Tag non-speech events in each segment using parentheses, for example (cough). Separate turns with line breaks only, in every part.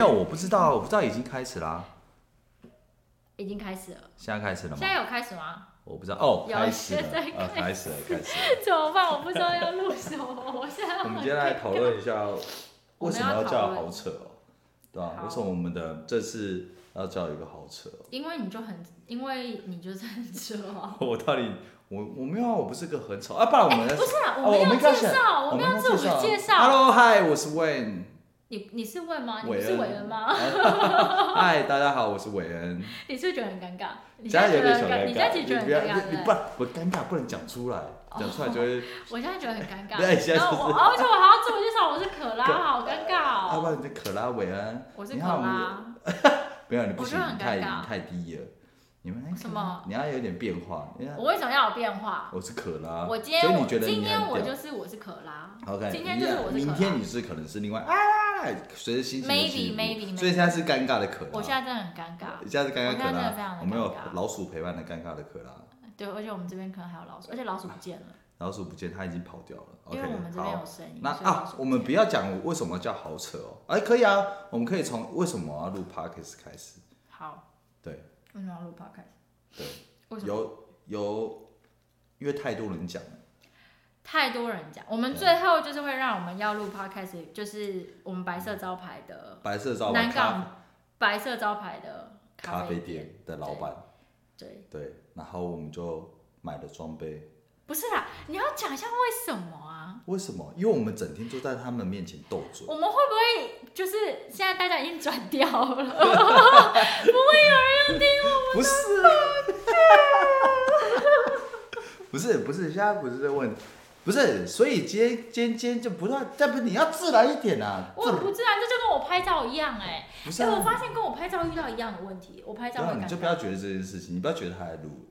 没有，我不知道，我不知道已经开始啦、
已经开始了，
现在开始了
现
吗？
在有开始吗？
我不知道哦，
有
开始
现
了
在，
呃，开
开
始了，开始了。
(laughs) 怎么办？我不知道要录什么， (laughs) 我现在
我们
很
今天来讨论一下，为什么要叫
我们要讨论
豪扯哦？对吧、
好
为什么我们的这次要叫一个豪扯哦？ (laughs)
因为你就很，因为你就是很扯啊。
我到底我我没有啊，我不是个很 (laughs) 丑啊，不然我们来
不是啊，
哦
我
我
们
们
要
开
介
始
绍，我
我
们
们
要自我介绍。
Hello, hi，我是 Wayne。 (laughs)
你你是问吗？你不
韦
是
恩
伟恩吗？ (laughs)
嗨，大家好，我是韦恩。
你是不是觉得很尴尬？你
现在有
觉得
点
很
小
尴，你现在其实觉
尬，
得很
不要，
尴尬，
你
对不
不
哦对？
然我尴尬，不能讲出来，讲出来就会，
我现在觉得很尴尬。
(laughs) 对现在
然后我，而且我还要自我介绍，我是可拉，
可
好尴尬
啊要不
哦。
然你就可拉韦恩。
我是
你
可
好
拉，
没有，你不行，
我觉得很
你太
尴尬
你太低了。你们哎
什么？
你要有点变化。你看
我为什么要有变化？
我是可拉，
我今
啊所以
天
你
我
觉得
今
你
天我
很
就
屌
是我是可拉。
？OK，
今天就是我是可拉
明天你是可能是另外啊，随着心情的
Maybe，
起伏
maybe，
所以
maybe
现在是尴尬的可拉，啊
我现在真的很尴尬。
现在是尴尬
我现在
可
真的非
拉
常，的
我们有
尴尬
老鼠陪伴的尴尬的可拉，
对，而且我们这边可能还有老鼠，而且老鼠不见了，
老鼠不见，它已经跑掉了。
因为我
啊
们
OK，
这边有
好，
声音。
那
所以老
啊
鼠，
我们不要讲为什么叫豪扯哦，哎，可以啊，我们可以从为什么要啊录 Parkes 开始，
好，
对
为什么要录 podcast？
对，
为什么？
有有，因为太多人讲了，
太多人讲，我们最后就是会让我们要录 podcast，就是我们白色招牌的
白色招牌
南
嗯咖
港白色招牌的
咖啡
啡
店的老板。
对，
对，然后我们就买了装备。
不是啦，你要讲一下为什么啊？
为什么？因为我们整天就在他们面前斗嘴。
我们会不会就是现在大家已经转掉了？ (laughs)
不是，
(laughs)
不是，不是，现在不是在问，不是，所以今天今天今天就不断，但不你要自然一点啊，
我
自
不知道，这就跟我拍照一样哎、
不是
哎、
啊、
我发现跟我拍照遇到一样的问题，我拍
不
照
要
会
你
感
就
觉
不要觉得这件事情，你不要觉得他在录，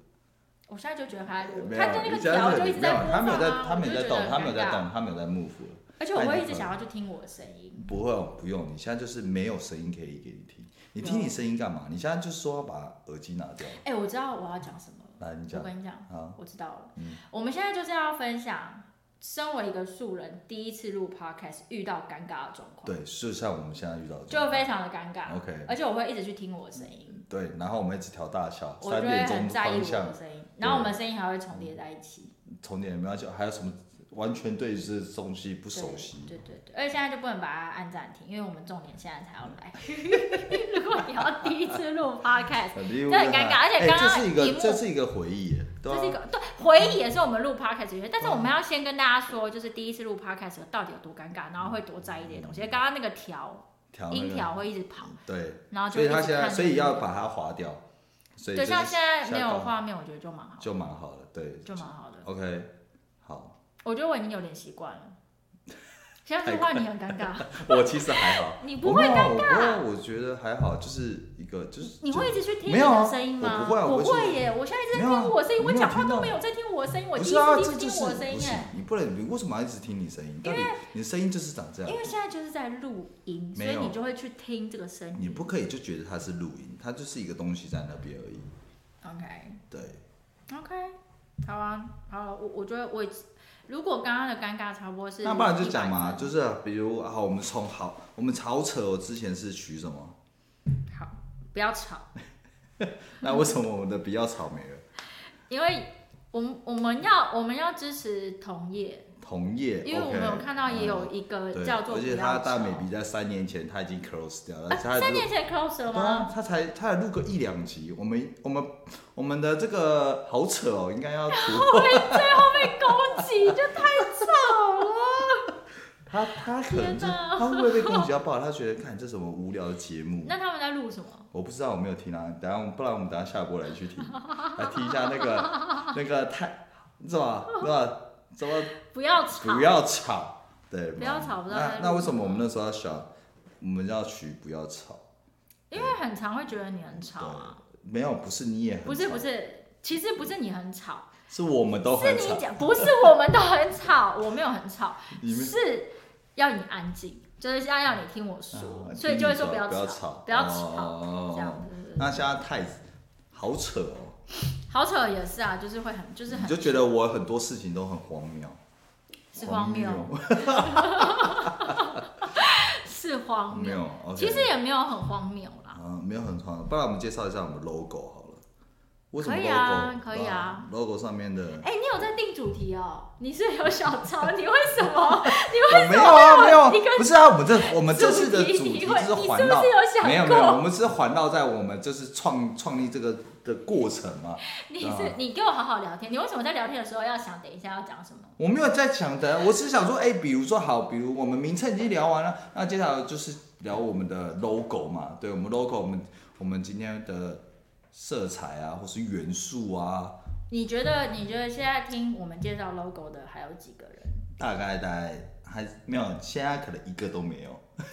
我现在就觉得他在录，
没有，
他就那个
你现在
条就一直
没有
在播放、啊，
他没有在，他没有在
我就觉
动
得，很
他没有在
尴尬
动，他没有在 move 了。
而且我会一直想要去听我的声音。
不会，不用，你现在就是没有声音可以给你听，你听你声音干嘛？你现在就是说要把耳机拿掉，
哎、我知道我要讲什么了，
来，你
我
讲。
跟你讲，
好，
我知道了。
嗯
我们现在就是要分享，身为一个素人，第一次录 podcast 遇到尴尬的状况，，
对，就像我们现在遇到的
就非常的尴尬。
OK
而且我会一直去听我的声音，
对，然后我们一直调大小，
我就
三
会
点
很
钟
在意
方
我
向嗯
的声音，然后我们声音还会重叠在一起。
重点没关系，还有什么完全对这东西不熟悉？
对对对，而且现在就不能把它按暂停，因为我们重点现在才要来。
嗯
(laughs) 如果你要第一次录 podcast，
很厉
这
害
很尴尬而且
哎
刚刚
这是一个
荧幕
这是一个回忆耶，对
这是一
啊，
个对回忆，也是我们录 podcast 的原因。但是我们要先跟大家说，就是第一次录 podcast 到底有多尴尬，然后会多在意这些东西。刚刚那个条
调
音
那个
条会一直跑，
对，
然后就
所
一
以
直
他
看
现在
着
所以要
那个
把它划掉，所以就
对，
是
像现在没
下
有
档
画面，我觉得就蛮好，
就蛮好的，对
就蛮好的。
，OK，好，
我觉得我已经有点习惯了。现在的话你很
(laughs)
尴尬，，
我其实还好
你
我
不
没
会
有，啊
尴
我不会，
尬，
我觉得还好，就是一个就是
你
就
会一直去听
没
你
有啊
的声音吗？
我不会啊我
我
会去
会耶，我现在一直在
没有啊
听我声音，我
你没有
讲话
听
都
到
没有在听我的声音，我
不
第
是
一
啊，
次
这
第
就
一次听
是
我的声音
不是
哎，
你不能，你为什么要一直听你声音？到底你的声音就是长这样
因，为现在就是在录音，所
没
以
有
你就会去听这个声音。
你不可以就觉得它是录音，它就是一个东西在那边而已。
OK
对，
OK，好啊，好了，我我觉得我如果刚刚的尴尬差不多是100分，
那不然就讲嘛，就是啊比如好，我们从好，我们吵扯，我之前是取什
(laughs)
么？
好，不要吵，
那为什么我们的比较草莓了？
因为我们我们要我们要支持同业，
同业，
因为我们
OK，
有看到也有一
嗯
个叫
对，
做
而
不
且
要
他
吵。
大美鼻在三年前他已经 close 掉了，
啊
他
三年前 close
对
了吗？
啊，他才他才录个一两集，我们我们我们的这个好扯哦，应该
(laughs)
要突破。
最后 (laughs) 被攻击就太吵了。
他他可能就
天哪
他会不会被攻击到爆？他觉得看这什么无聊的节目。
那他们在录什么？
我不知道，我没有听啊。等下，不然我们等下下播来去
(laughs)
听，来听一下那个那个太，是吧？是吧？怎么
不要吵，
不要吵？对，
不要吵不知道在
那
录
那为什
什
么
么
我们那时候要想，我们要取不要吵？
因为很常会觉得你很吵啊。
没有，不是你也很
不是
吵
不，是，其实不是你很吵，
是我们都
是
很
你
吵。
讲，不是我们都很吵，我没有很吵，
你们
是要你安静，就是要要你听我说，
啊
所以就会
听
说不
你
要
不要
吵，
吵，
不要
哦
吵，
哦
这
哦
样
哦
子。
那现在太好扯哦，
好扯也是啊，就是会很，就是
你
很
就觉得我很多事情都很荒谬，
(laughs) 是荒谬，，是荒
没
谬，
有，OK，
其实也没有很荒谬啦。
啊，没有很创，不然我们介绍一下我们 logo 好了。为什么
可
logo？
以啊可以啊
对吧，logo 上面的。
哎、你有在定主题哦？你是有小
(laughs)
抄？你为什哎么？
我没有啊，没有啊
一个，
不是啊，我们
(laughs)
这我们这次的主
主
题
题
就
你会
环绕
你是不是有想，过
没有没有， (laughs) 我们是环绕在我们就是创创立这个的过程嘛。
你
啊
是你跟我好好聊天，你为什么在聊天的时候要想等一下要讲什么？
我没有在讲的，我只是想说，哎、比如说好，比如我们名称已经聊完了，那接下来就是聊我们的 logo 嘛，对我们 logo，我们我们今天的色彩啊，或是元素啊，
你觉得你觉得现在听我们介绍 logo 的还有几个人？
大概大概还没有，现在可能一个都没有。 (laughs)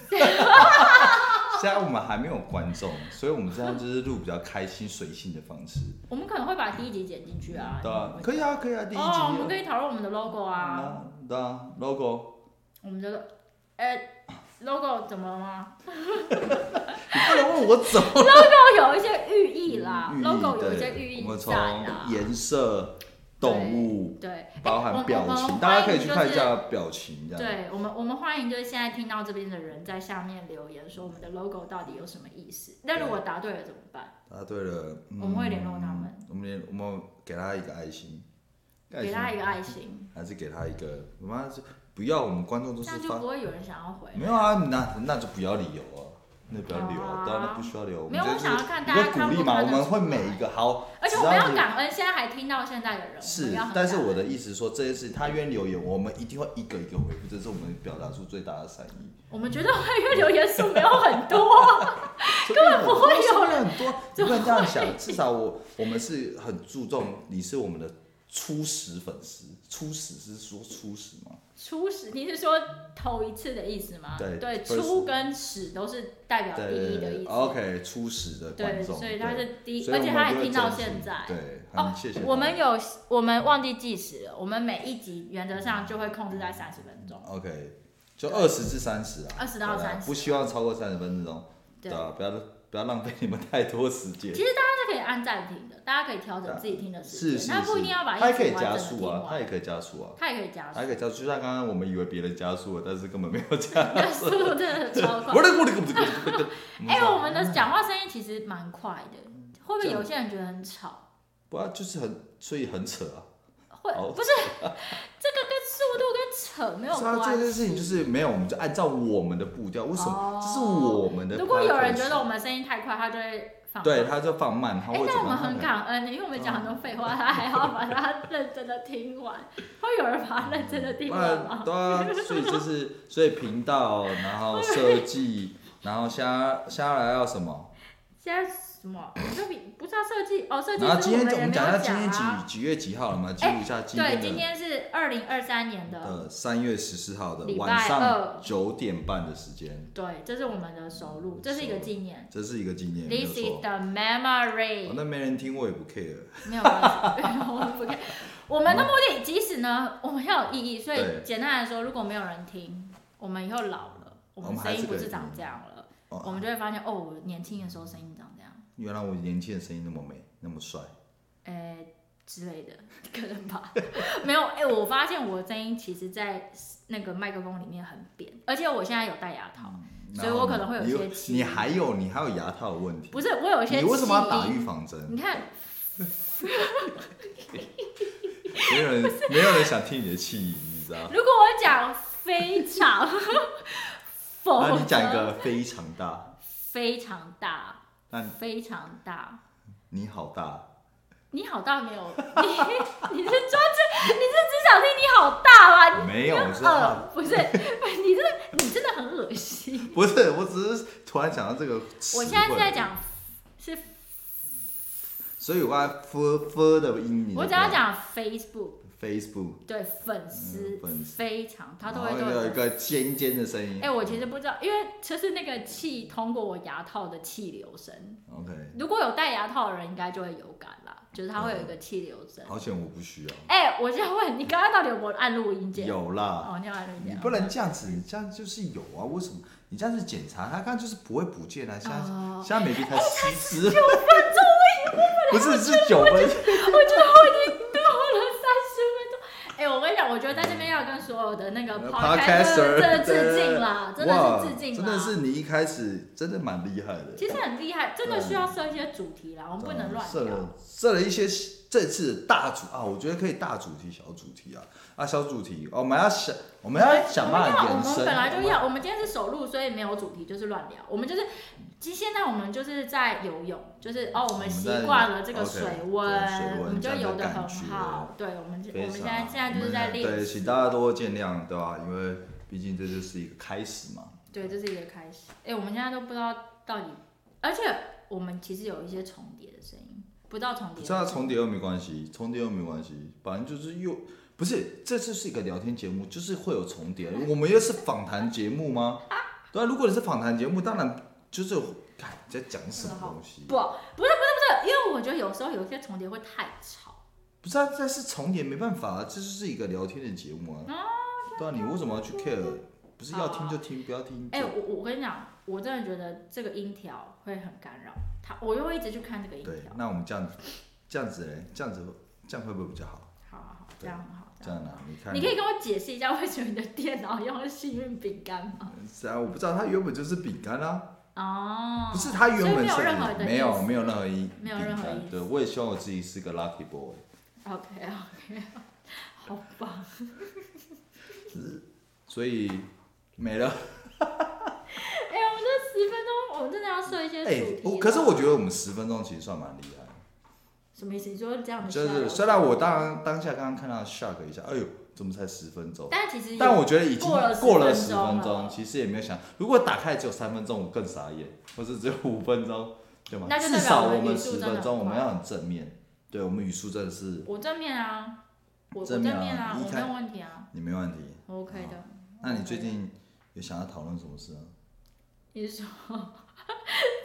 现在我们还没有观众，所以我们这样就是录比较开心随性的方式。
我们可能会把第一集剪进去啊。
对啊，
你
可以啊，可以啊，第一集
哦，我们可
有。
以讨论我们的 logo 啊，
啊，对啊，logo，
我们的，呃、l o g o 怎么了吗
你不能问我怎么
？logo 有一些寓意啦
嗯寓意
l o g o 啊有一
对
些寓意
我们从
在啊啦。
颜色、动物，
对，哎
包
我
含
们
表
我们
情，
欢
大家可以
迎
去
就
看一
是
下表情，这样。
对我们，我们欢迎就是现在听到这边的人在下面留言说我们的 logo 到底有什么意思。那如果答对了怎么办？
答对了，嗯
我们会联络他们。
我们联，我们给他一个爱心，
给他一个爱心，
还是给他一个，我妈是不要我们观众都
这
是
样就
发
不会有人想要回。
没有啊，那那就不要理由啊，那不要理由啊，
好啊
当然不需要理由。我
没
们
有，我
这
想
是
要看
一
大家
个鼓
看
励
不
嘛，
看
我
得
们
出
会每
来
一个好，
而且
只
我们
要
要
你
感恩现在还听到现在的人，我们
是
要很，
但是
感
我的
恩
意思说这件事，他愿意留言，我们一定会一个一个回复，这是我们表达出最大的善意。
我们觉得会因为留言数没有很多，
根本
不会有
人很多，你不能这样想。至少我我们是很注重你是我们的初始粉丝，初始是说初始吗？
初始你是说头一次的意思吗？
对
对，
first
初跟始都是代表
对
第
对
一的
对
意思。
，OK，初始的观
对，
众，
所以他是第一，
所以
而
我
且
们
他还
就会
听到
珍惜
现在。
对，
哦
很谢谢他。
我们有我们忘记计时了，我们每一集原则上就会控制在三十分钟。
OK，就二十至三十啊，
20到
对啊
30
不希望超过三十分钟，
对，
啊，不要不要浪费你们太多时间
其。实大家是可以按暂停的，大家可以调整自己听的时
是是
间，
是，
那不一定要把
它
一
也可以
集
加
完整的
速
听
啊，它
完，
也可以加速啊，
它也可以加
它也
速，
可以加速。就像刚刚我们以为别人加速了，但是根本没有加。
那速度真的超快
我。的我的我的
哎、我们的讲话声音其实蛮快的，会不会有些人觉得很吵？
不啊，就是很，所以很扯啊。
会
好
不是这个跟速度跟扯没有
是啊，
关
这件
系。
事情就是没有，我们就按照我们的步调。为什么
哦？
这是我们的 podcast。
如果有人觉得我们声音太快，他就会放
对，
慢。
他就放慢，他
哎、
会怎
那我
么
们
样
很
呢？
感恩的，因为我们讲很多废话，他还要把它认真的听完。会有人把它认真的听
不
完
然
吗？
对啊，所以就是所以频道，然后设计，然后下下来要什么？
现在什么？你就比不是要设计哦，设计
然后啊
师
今天
们
我
也
们
没
讲一下
有
今天几
啊。
几月几号了嘛？记录一下今
对，今
天的
天是二零二三年的，
呃三月十四号的
礼拜
晚上
二
九点半的时间，
对，这是我们的收入，这是一个纪念。
这是一个纪念，没有
This is
错。
the
哦
memory，、
那没人听我也不 care。
没有关系，我们不看。我们的目的，即使
(laughs)
呢，我们要有意义，所
对
以简单来说，如果没有人听，我们以后老了，
我
我们
们还
声
是
音不
可以
是长
听
这样了，
哦
我们就会发现，哦，我年轻的时候声音长这样，
原来我年轻的声音那么美，那么帅。
呃、之类的，可能吧。 (laughs) 没有，哎、我发现我的声音其实，在那个麦克风里面很扁，而且我现在有戴牙套，所以我可能会有一些
嗯然后
气
你你还有你还有牙套的问题，
不是我有一些
你为什么要打
气音
预防 (laughs) 针？
你看，
没有人没有人想听你的气音，你知道？
如果我讲非常 (laughs) 否则，
那你讲一个非常大，
非常大，
那你
非常大。
你好大，
你好大没有？ (laughs) 你你是专制，你是只想听你好大吧？
没有，我
你
是
呃，不是， (laughs) 你这你真的很恶心。
不是？我只是突然想到这个词
我
汇，
现在是在讲，是
所以我刚才 f f 的音，你就
我只要讲 Facebook，
Facebook，
对粉丝
嗯、粉丝
非常，他
然
都
后
会对
有一
我。
个尖尖的声音。
哎、我其实不知道，因为就是那个气通过我牙套的气流声，
OK，
如果有戴牙套的人应该就会有感啦，就是它会有一个气流声。
嗯好险我不需要，
哎、我现在问你，刚刚到底有没有按录音键？
有啦。
哦，你有按录音
啊你
键。
不
(laughs)
能这样子，你这样就是有啊？为什么？你这样子检查，他刚刚就是不会不见啊。现在、
哦
现在没被他实施。九 (laughs) 分钟，不是是九分钟。
我觉得我已经录了三十分钟。哎、我跟你讲，我我觉得在这边要跟所有的那个
呃 Podcaster，
podcaster 真的致敬啦，真的
哇
是致敬啦，
真
啊
的是你一开始真的蛮厉害的。
其实很厉害，真的需要设一些主题啦，我们不能乱
设
聊
了。设了一些这次的大主啊，我觉得可以大主题、小主题啊，啊小主题，哦我们要想，我们要想办法
我们要
延
我
伸。
们本来就要，我们今天是首录，所以没有主题，就是乱聊。我们就是，其实现在我们就是在游泳，就是哦，我们习惯了这个水温，
我们在 OK，对水温
我们就游得很
这样的
好。对，我们我
非
们
常
现在现在就是在
我们
练
对，
习
请，大家多见谅，对吧、因为毕竟这就是一个开始嘛。
对，这是一个开始。哎，我们现在都不知道到底，而且我们其实有一些重叠的声音，不知道重
不
叠
知。道重叠又没关系，重叠又没关系，反正就是又不是，这就是一个聊天节目，就是会有重叠。我们又是访谈节目吗？ (laughs) 对啊，如果你是访谈节目，当然就是看你在讲什么东西。
不，不是，不是，不是，因为我觉得有时候有一些重叠会太吵。
不是啊，但是重叠没办法啊，这就是一个聊天的节目啊。对啊，你为什么要去 care？不是要听就听，不要听就。
哎、我我跟你讲，我真的觉得这个音条会很干扰他，我又会一直去看这个音
对
条。，
那我们这样子，这样子嘞，这样子这样会不会比较好？
好好好，这
对
样很好。
这样呢、你看，
你可以跟我解释一下为什么你的电脑用的幸运饼干吗？
是啊，我不知道它原本就是饼干啊。
哦，
不是他原本
所以没有任何的
是
意思
没有没有任何意
没有任何意思
对，我也希望我自己是个 lucky boy。
，OK OK，好棒。
所以没了。
(laughs) 哎、我们这十分钟，我们真的要设一些
哎、
主题了、
我可是我觉得我们十分钟其实算蛮厉害，
什么意思？你说这样的
就是虽然我当当下刚刚看到 shock 一下，哎呦，怎么才十分钟？
但其实
但我觉得已经
过了10
过了十
分
分
钟
钟，
了
其实也没有想，如果打开只有三分钟，我更傻眼，或是只有五分钟，对吗？
那就代
至
表
少
我们
我
语
们
速
十
真的
分钟，
很
我们
快
要很正面。对我们语速真的是
我正面啊，我我
正
正
面啊
面啊，
你
我没
看
有问题啊，
你没问题。
我 OK 的。
那你最近有想要讨论什么事啊？
你是说，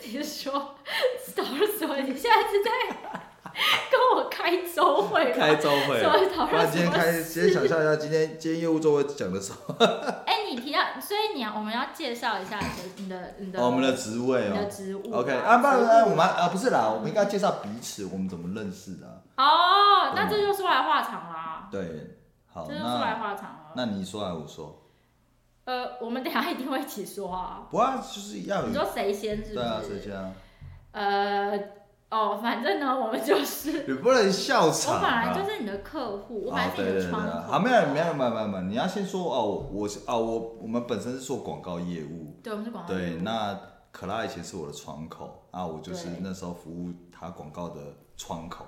你是说，讨论什么？你现在是在跟我开周会
开
吗？
周会
什，么讨
不然
论
今天
什么？
开，今天想象一下，今天今天业务周会讲的什么？
哎、你提到，所以你要我们要介绍一下你的你的你的、
哦，我们的职位
你的
哦。
职务
OK，啊，不然啊，我
职务
们啊不是啦，我们应该介绍彼此，我们怎么认识的啊、
哦，那这就说来话长啦，
对，好，
这就说来
那
话长了。
那你说还是我说？
呃，我们等一下一定会一起说啊。
不啊，就是要
你
有
说谁先是不是？
对啊，谁先啊？
呃，哦，反正呢，我们就是，
你不能笑
我
场
本来就
啊！
是你的客户，我本
啊
来，是
对
你
对
的
对，
窗
对
口。
好，没有没有没有没有没有，你要先说哦，我我是啊我我们本身是做广告业务，
对，我们是广告业
对，
务。
那可拉以前是我的窗口啊，我就是
对
那时候服务他广告的窗口。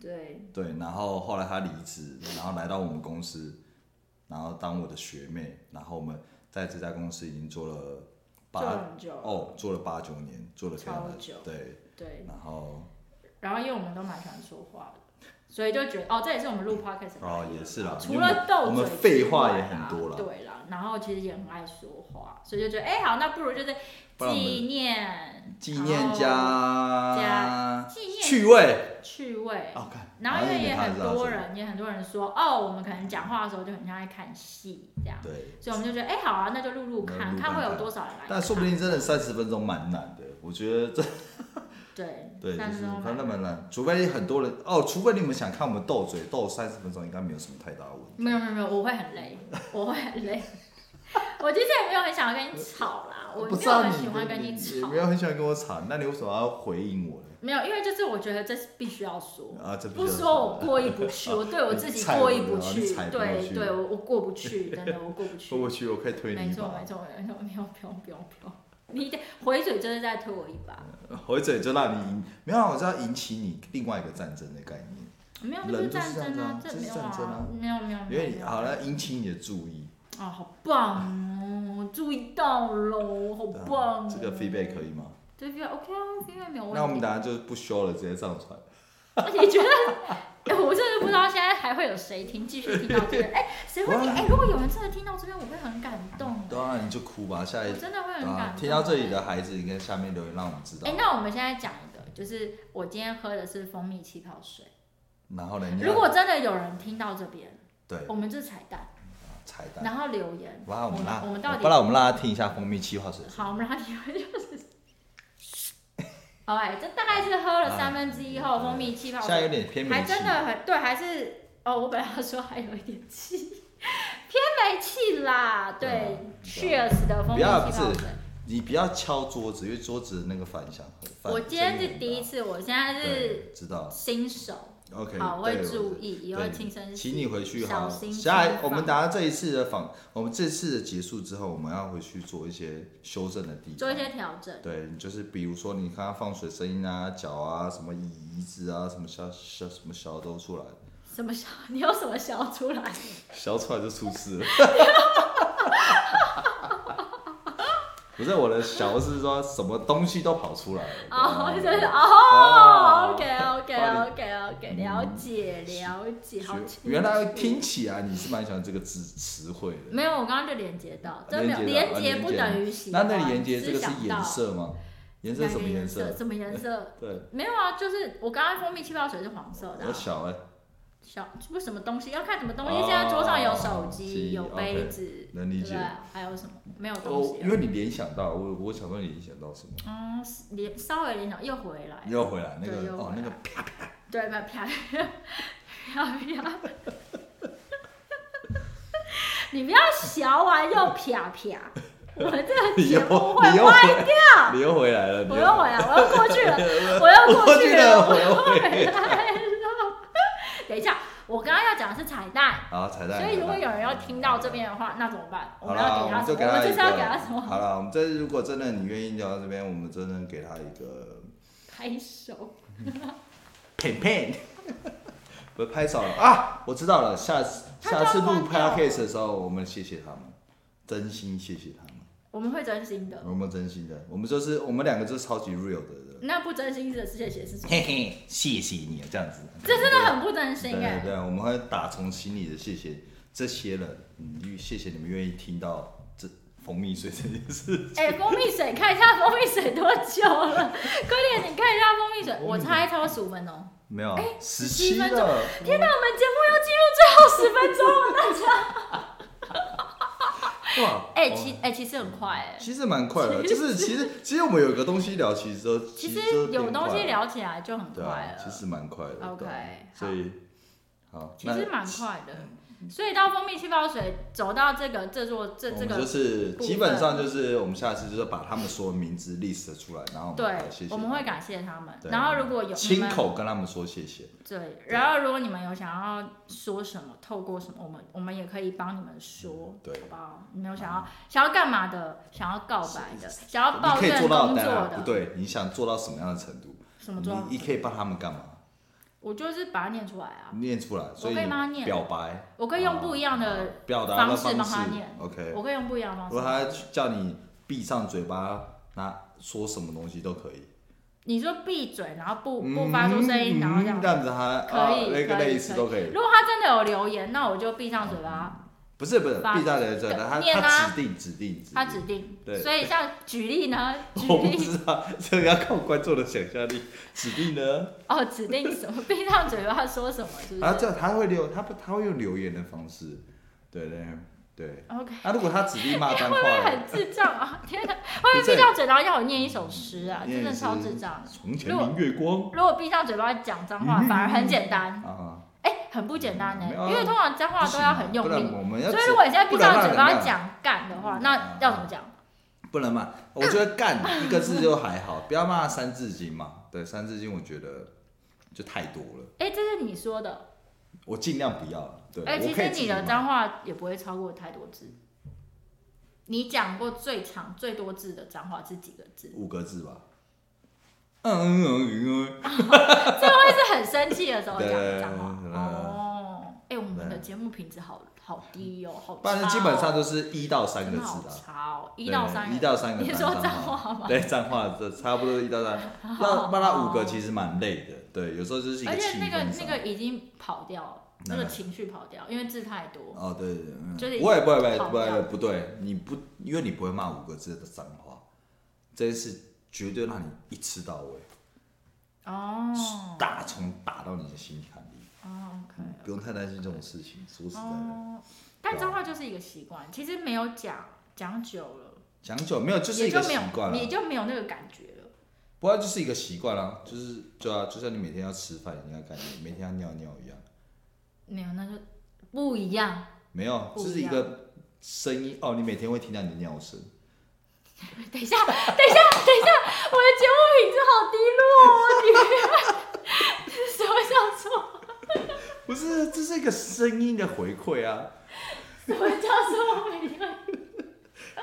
对，
对，然后后来他离职，然后来到我们公司，然后当我的学妹，然后我们在这家公司已经做了
做
八
了很久，
哦，做了八九年，做了非常的
超久
对，
对。
然后
然后因为我们都蛮喜欢说话的，所以就觉得哦，这也是我们录 podcast 的
哦
原因
也是啦
除了斗
因为我们
嘴之外
废话也很多啦
啦，对啦。然后其实也很爱说话，所以就觉得哎，好，那不如就是
不然我们
纪念
纪念
然后
加
哦纪念
趣味，
趣味。
哦，看，
然后因为也很多
好像也没看到
人，也很多人说哦，我们可能讲话的时候就很像在看戏这样
什么，，对，
所以我们就觉得哎，好啊，那就录录
那
看，
录录
看会
看
有
看
多少人来看。
但说不定真的三十分钟蛮难的，我觉得这
对
对就
但
是
是我
反正
们
蛮难，除非很多人哦，除非你们想看我们斗嘴斗三十分钟，应该没有什么太大的问题。
没有没有没有，我会很累，我会很累。 (laughs) 我其实也没有很想要跟你吵啦，我没
不知
有
道
很
你
喜欢跟
你
吵
也没，有很喜欢跟我吵，那你为什么要回应我呢？
没有，因为就是我觉得这是必须要说，
啊，这
不
是
说我过意
(laughs)
不去，我对我自己过意不
你
去，
踩不了你踩不过
对
去
对，我我过不去，真的我
(laughs)
过不
说过
去。
去，我可以推你
没
一
错没
把，
错没错，没有不用不用不用，你得回嘴就是在推我一把，
回嘴就让你赢，没有，啊我知道引起你另外一个战争的概念，
没有
人
这
就
是
是
战
这样
争
子啊
这
这是
没有
战争啊
没有没有
因为
嗯没
你
有，
好了引起你的注意，
哦好棒哦，注意到喽，好
对啊
棒哦，
这个 feedback 可以吗？
对 feedback OK 啊，feedback 没有问题。
那我们等下就不修了，直接上传。
嗯你觉得？ (laughs) 哎我真的不知道现在还会有谁听，继续听到这边。哎、谁会听？
哇
哎、如果有人真的听到这边，我会很感动的，
当啊然你就哭吧，下一
我真的会很感
啊
动。，
听到这里的孩子，应该下面留言让我们知道
哎、。那我们现在讲一个，就是我今天喝的是蜂蜜气泡水。
然后呢，你要
如果真的有人听到这边，
对
我们这是彩蛋，
彩蛋，
然后留言，
哇，我们
我
让
们我们到底
不然我们让他听一下蜂蜜气泡水。
好，我们让你们就是。 (laughs) 好哎、这大概是喝了三分之一后，蜂蜜气泡
啊现在有
水
点偏
还
美气
真，的很对，还是哦，我本来要说还有一点气，帅气啦，
对啊
对，Cheers 的蜂
不
蜜
要
气泡
不是
水。
你不要敲桌子，因为桌子那个反响很。反
我今天
声音
是
很
第一
大，
次，我现在是
对，知道
新手，
，OK，
好，我会
对
注意，以后
对
亲身试
请你回去好
小
好，
心
下来
谨
我们
防
等下这一次的访，我们这次的结束之后，我们要回去做一些修正的地方，
做一些调整。
对，你就是比如说你看它放水声音啊、脚啊、什么椅子啊、什么消消什么消都出来，
什么小？你有什么小出来？
消出来就出事了。不是我的小是说什么东西都跑出来了。 (laughs)
哦，
对
就是
哦
哦，OK OK
帮
OK OK，了解了解，好清楚
原来听起来你是蛮喜欢这个词词汇的。
没有，我刚刚就连接到，真没有
连接到
连接不等于啊喜
那
欢。
那个颜洁这个是
只想到
颜色吗？颜色什么
哪个
颜
颜
色？
什么颜色？
对，
没有啊，就是我刚刚蜂蜜气泡水是黄色的啊、
我小哎、
小这不是什么东西，要看什么东西。
哦
现在桌上有手
机
机，有杯子，
能哦理
对
解
不啊对。？还有什么？没有东
哦，
西
因
啊。
为你联想到我，我想说你联想到什么？
嗯，连稍微联想又回来
你，又回来那
对
个
又
哦，
回
那个
来对吧？啪啪啪， (laughs) 你不要小完又啪啪，我这个
你又你
节目
又
会歪
回
掉。
你又回来了，你
我
又
又回来，我又过去
(laughs)
了，啊我
我
又过
去
去
了，
了，
我又回来
回来了。等一下，我刚刚要讲的是彩蛋，
好，彩蛋。
所以如果
彩蛋
有人要听到这，边的话，那怎么办？我
好
们要
了，我
给
们
他什
就
么？
给
我
他
们就
一
是要给他什
个。
么？
好了，我们这如果真的你愿意聊到这边，我们真的给他一个
(laughs) 拍手。
片片。 (laughs) 不是拍少了啊！我知道了，下次
他就要
下次录
关掉
podcast 的时候，我们谢谢他们，真心谢谢他们，
我们会真心的，
我们真心的，我们就是我们两个就是超级 real 的人，
那不真心的谢谢是什么？
嘿嘿，谢谢你啊这样子，
这真的很不真
对
心哎
对、对，我们会打从心里的谢谢这些人，嗯，谢谢你们愿意听到这蜂蜜水这件事。
哎、蜂蜜水，看一下蜂蜜水多久了？快点，你看一下蜂蜜水，我猜超过十五分钟。
没有啊，十
17分钟
了，
天哪，我们节目要进入最后十分钟了，大家。
哇，
哎、
哦
其哎、其实很快哎、
其实蛮快的，就是其实其实我们有个东西聊，其实都
其
都
实
变
有东西
快了，
聊起来就很
对
快
啊
了，，
其实蛮快的
OK，
对啊
好
所以好，
其
那嗯
实蛮快的。所以到蜂蜜气泡水走到这个这座这
我
这
们
个
就是
部分
基本上就是我们下次就是把他们所有名字 list 出来，然后我们
对
来谢，谢
我们会感谢他们。
对
然后如果有你
亲
们
口跟他们说谢谢，
对，然后如果你们有想要说什么，透过什么，我们我们也可以帮你们说，
嗯对嗯
好不好？你们有想要想要干嘛的，想要告白的，想要
你
抱
可以
怨
做
工
到
作
哪？不
的，
对，你想做到什么样的程度？
什么做？
啊你你可以帮他们干嘛？
我就是把它念出来啊，
念出来，所以
可以帮他
你
念
表白，啊
我可以用不一样的，
表达的
方式帮他
式
念
OK，
我可以用不一样的
如
方
果
式。
他叫你闭上嘴巴，那说什么东西都可以。
你说闭嘴，然后不不发出声
嗯
音，然后
嗯
这样
这。样子他
可
啊
以
那个
可以
类似
可以
都可以。
如果他真的有留言，那我就闭上嘴巴，
不是不是，
发
闭上嘴巴，他
念啊
他指定指定指
他
定。
指定。
对哦
所以像举例呢，举
(laughs) 我不
例
知道，这个要靠观众的想象力。指定呢，
哦，指定什么， (laughs) 闭上嘴巴说什么，是不
啊，
是
这他会留，他不他会用留言的方式，对对对。
？OK。
那如果他指定骂脏话
会不 (laughs) 会
了，
很智障啊！ (laughs)
(laughs)
天哪，会不会闭上嘴，然后要我念一首诗啊？真的超智障的。
从前明月光
如果闭上嘴巴讲脏话，反而很简
(laughs)
单，
啊，
哎、很不简单呢、
没有啊
因为通常脏话都要很用
不然
力，
我们要
所
指
以如果你现在闭上嘴
不然让
巴
人
讲干的话，
嗯
那要怎么讲？
不能骂，我觉得干一个字就还好，不要骂《三字经》嘛。对，《三字经》我觉得就太多了，
哎、这是你说的。
我尽量不要。对，
哎、
我
其
可以
实
自
你
己
的
骂。
脏话也不会超过太多字。你讲过最长最多字的脏话是几个字？
五个字吧。嗯嗯嗯嗯，
这会是很生气的时候讲的
对
脏话
对对对
哦。哎、我们的
对
节目品质好好低哦，好
反
差
正基本
哦
上都是一到三
真
个
的
字
好
的啊。
差哦，一
对
到三个，
一到三个
你
字
说脏
脏
话吗？
对，脏话这差不多一到三，
(laughs)
那
好
骂他五个其实蛮累的。对，有时候就是一
而且
气
那个
氛
那
上。
个已经跑掉了，
哪
那
个
个情绪跑掉，因为字太多。
哦，对对对，嗯
就是
不会不会不会
跑
不会
掉
不对，你不因为你不会骂五个字的脏话，这件事绝对让你一吃到位。
哦
打从打到你的心坎里，
哦，OK。
不用太担心这种事情。说实在的，啊
哦，但脏话就是一个习惯，其实没有讲讲久了，
讲久没有就是
也
一个
就没
习
有，
惯啊
你
了，
就没有那个感觉了。
不然就是一个习惯啦，就是对啊，就像你每天要吃饭一样的概念，每天要尿尿一样，
没有，那就不一样。
没有，
不
这是
一样
一个声音哦，你每天会听到你的尿声。
(laughs) 等一下，等一下，等一下，我的节目品质好低落哦，你 (laughs) 什么叫做
不是，这是一个声音的回馈啊！
什么叫做我每天
(laughs)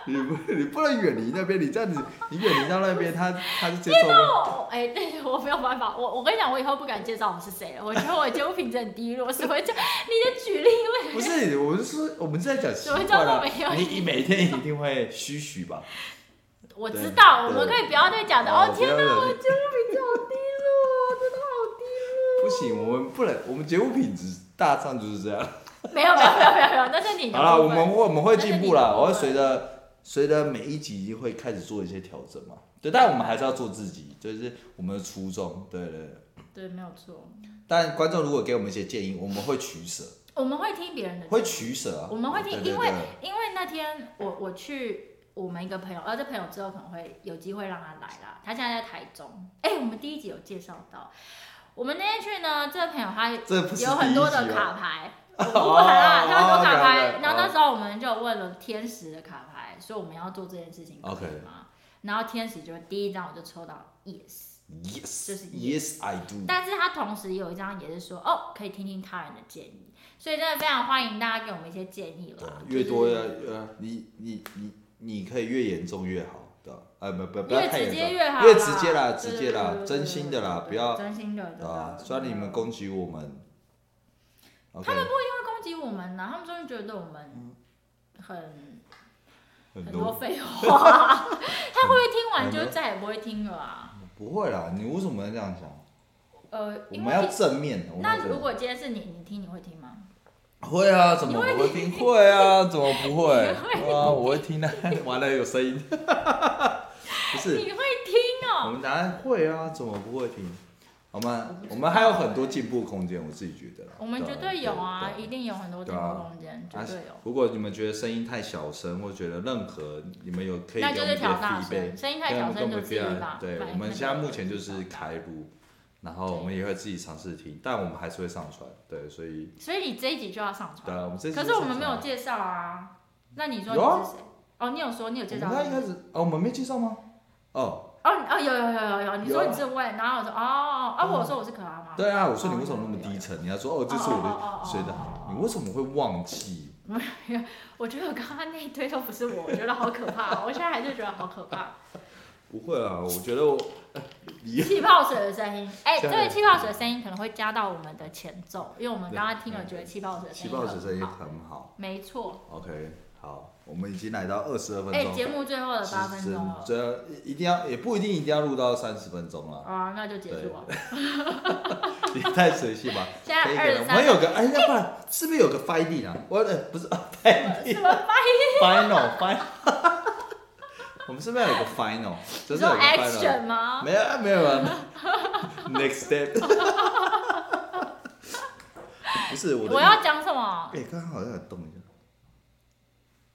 你不，你不能远离那边，你这样子，你远离到那边，他他就接受不了。
哦，哎、 (laughs) 但是我没有办法，我我跟你讲，我以后不敢介绍我是谁了。我觉得我的节目品质很低落，什么叫你的举例
不是，我是说，我们是在讲习
什么
惯
叫做
了
没有。
你你每天一定会嘘嘘吧？
我知道，我
对
们可以不要再讲的。
哦
哦，天
不
哪，
要了
我的节目品质好低落，真的好低
不行，我们不能，我们节目品质大上就是这样。
落。没有，没有，没有，没有，没有，那是你的
好啦，
部
我
分
们我们会进步啦，
那是你的部分
我会随着随着每一集会开始做一些调整嘛。对，但我们还是要做自己，就是我们的初衷。对对对。
对，没有错。
但观众如果给我们一些建议，我们会取舍，
我们会听别人的，
会取舍啊。
我们会
对
听，
对
因为
对
因为那天我我去我们一个朋友，而这朋友之后可能会有机会让他来啦。他现在在台中，哎、我们第一集有介绍到。我们那天去呢，这个朋友他
这不是
有很多
第一
的
集哦
卡牌，
(laughs)
我
哦
们不喊啦，
哦
他很多卡
哦
牌
，OK，OK，。
然后
哦
那时候我们就问了天使的卡牌，说我们要做这件事情可
OK
以吗？然后天使就第一张我就抽到 yes，
yes
就是
yes I do。
但是他同时有一张也是说，哦，可以听听他人的建议，所以真的非常欢迎大家给我们一些建议
对
啦，。
越多
就是
要呃，你你你你可以越严重越好，对吧？哎，不不不要
越
太
直
严
接
重，
越好啦，
越直接啦，
对
直接啦
对，对
真心的啦，
对
不要
真心的，
对
对
吧？
对
虽然你们
对
攻击我们，OK，
他们不因为攻击我们呢，他们终于觉得我
嗯
们很
很
很多
多 (laughs)
废话，他会不会听完就再也不会听了啊？
不会啦，你为什么要这样想？
呃，
我
因
们要
为
正面，我们要
那
正
如
面
果今天是你，你听你会听吗？
会啊，怎么不会听？会啊，怎么不会？啊，我会听的，完了有声音，不是。
你会听
我
哦，
们答案会啊，怎么不会听？我们我
我不知道
们还有很多进步空间，我自己觉得啦。
我们绝对有啊，
对
一定有很多进
对
步
啊
空间，
对
绝
啊
对有。
如果你们觉得声音太小声，或觉得任何你们有啊可以给我
那
们
就是
一些
调大
feedback，
声，声音太
给我
小
们给我
声就
们
自己
feedback。
吧。
对，
把
我们
那
现在
个
目前就是开录，然后我们也会自己尝试听，但我们还是会上传。对，所以
所以你这一集就要上传
对。啊，我们这次
可是
就
我
上
们没有
传
介绍啊。那你说
有啊
你是谁？哦，你有说你有介绍
我
我
们刚一
哦
开始哦，我们没介绍吗？哦，
你哦有有有有有，你说
有啊
你是问，然后我说哦哦，啊我说我是可拉吗？
对啊，我说你为什么那么低沉？你要说哦，这是我
哦哦哦
的
哦
谁的
哦哦？
你为什么会忘记？
我觉得我刚刚那一堆都不是我， (laughs) 我觉得好可怕，我现在还是觉得好可
啊
怕。
不会啊，我觉得我你
(laughs) 气泡水
(laughs)
的声音，哎，
吓
这
人
个气泡水的声音可能会加到我们的前奏，因为我们刚刚听了觉得气泡水的
气
声音
泡水声音
很好，
很好。
没错。
OK，好，我们已经来到二十二分
哎，
钟，
节目最后的八分钟了，
这一定要也不一定一定要录到三十分钟
(laughs)
了，
啊，那就结束 (laughs) 了。
你太随性吧。
现
可以
在
可
二
以
十
我们有
三，
个哎，要不然是不是有个 finding 啊？我呃不是啊 (laughs)
什么发音？
final final，我们是不是要有个 final？就是
你说
有个 final。
action 吗？
没有啊没有啊 (laughs) ，next step。不是我的意，
我要讲什么？
哎，刚刚好像有动一下。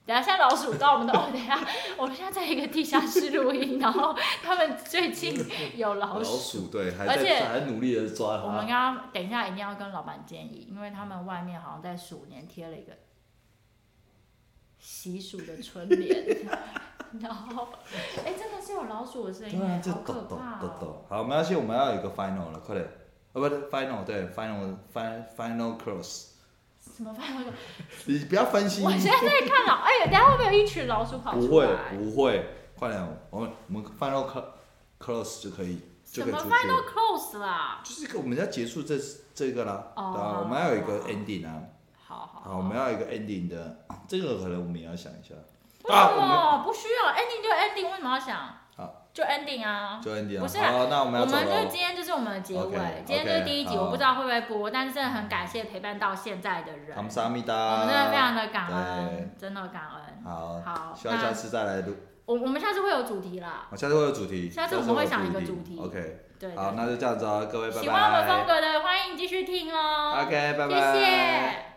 等一下，现在老鼠到我们的， (laughs) 哦，等一下，我们现在在一个地下室录音，然后他们最近有老
老
鼠。
鼠对，还
而且
在还努力的抓啊
我们
它。
刚刚等一下一定要跟老板建议，因为他们外面好像在鼠年贴了一个习俗的春联， (laughs) 然后，哎、真的是有老鼠的声音
对
哎
啊，，这
好
抖
可
抖
怕、
抖
哦！
抖。好，没关系，我们要有一个 final 了，快点。呃，不对，final 对，final final final cross。
怎么办？我
你不要分析
我，现在在看老，哎、呀，等一下会不会有一群老鼠跑
不
出
会
来？
不会，快点，我们我们 final cro- cross 就可以就
什
可以
么
出去
final
了。
close 啦？
(laughs) 就是一个我们要结束这这个啦，对
哦
啊，我们要有一个 ending 啊。
好好
好，我们要有一个 ending 的，这个可能我们也要想一下。
为什么不需要 ending 就 ending？为什么要想
好？
就 ending 啊！
就 ending 了。
不是啊
好，那我们要
我
走
们就
了
今。天就是我们的结尾
OK，
今天就是第一集
OK，好
我不知道会不会播，但是真的很感谢陪伴到现在的人，
卡姆萨米
我
达。
们真的非常的感恩，真的感恩。
好，
好，
希望下
那
次再来录。
我我们下次会有主题啦，
我下次会有主题。
下次我们会想一个主题
OK，
对。
好，
对
那就这样子哦，各位，拜拜。
喜欢我们风格的，欢迎继续听哦。
OK，拜
谢谢
拜。。